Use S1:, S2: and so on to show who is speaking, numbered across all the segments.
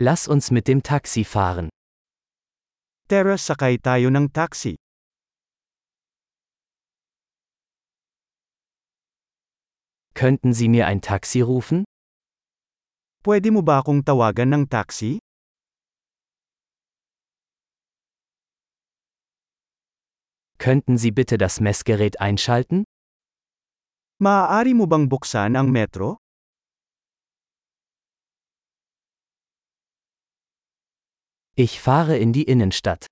S1: Lass uns mit dem Taxi fahren.
S2: Tara sakay tayo ng taxi.
S1: Könnten Sie mir ein Taxi rufen?
S2: Pwede mo ba akong tawagan ng taxi?
S1: Könnten Sie bitte das Messgerät einschalten?
S2: Maaari mo bang buksan ang metro?
S1: Ich fahre in die Innenstadt.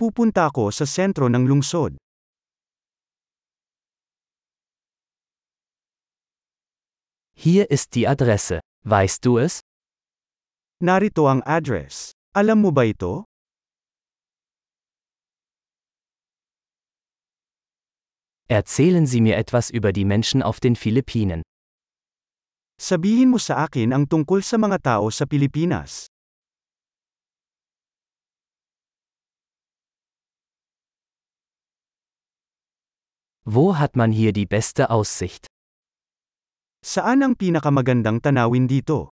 S2: Pupunta ako sa sentro ng lungsod.
S1: Hier ist die Adresse. Weißt du es?
S2: Narito ang address. Alam mo ba ito?
S1: Erzählen Sie mir etwas über die Menschen auf den Philippinen.
S2: Sabihin mo sa akin ang tungkol sa mga tao sa Pilipinas.
S1: Wo hat man hier die beste Aussicht?
S2: Saan ang pinakamagandang tanawin dito?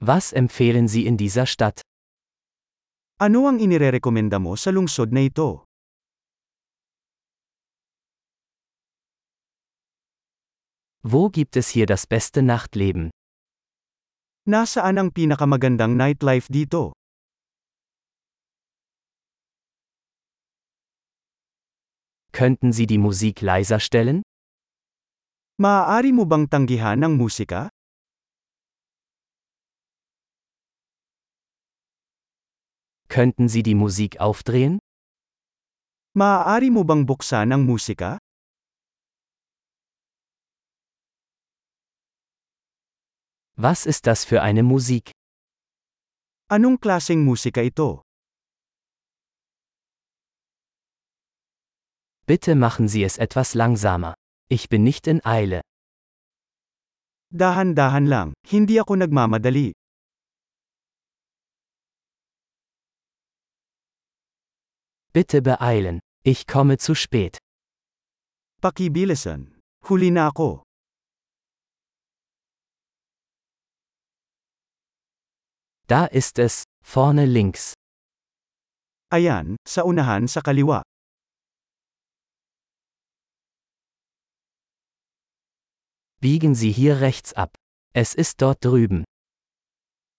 S1: Was empfehlen Sie in dieser Stadt?
S2: Ano ang inirerekomenda mo sa lungsod na ito?
S1: Wo gibt es hier das beste Nachtleben?
S2: Nasaan ang pinakamagandang nightlife dito?
S1: Könnten Sie die Musik leiser stellen?
S2: Maaari mo bang tanggihan ang musika?
S1: Könnten Sie die Musik aufdrehen?
S2: Maaari mo bang buksan ang musika?
S1: Was ist das für eine Musik?
S2: Anong klaseng musika ito?
S1: Bitte machen Sie es etwas langsamer. Ich bin nicht in Eile.
S2: Dahan-dahan lang, hindi ako nagmamadali.
S1: Bitte beeilen. Ich komme zu spät.
S2: Pakibilisan. Huli na ako.
S1: Da ist es, vorne links.
S2: Ayan, sa unahan sa kaliwa.
S1: Biegen Sie hier rechts ab. Es ist dort drüben.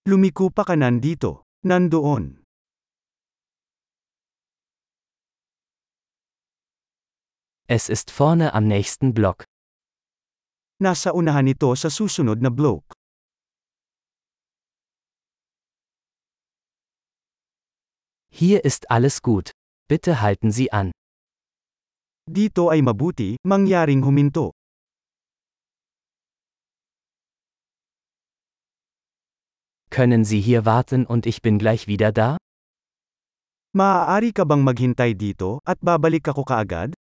S2: Lumiko pa ka nandito. Nandoon.
S1: Es ist vorne am nächsten Block.
S2: Nasa unahan ito sa susunod na block.
S1: Hier ist alles gut. Bitte halten Sie an.
S2: Dito ay mabuti, mangyaring huminto.
S1: Können Sie hier warten und ich bin gleich wieder da?
S2: Maaari ka bang maghintay dito at babalik ako kaagad?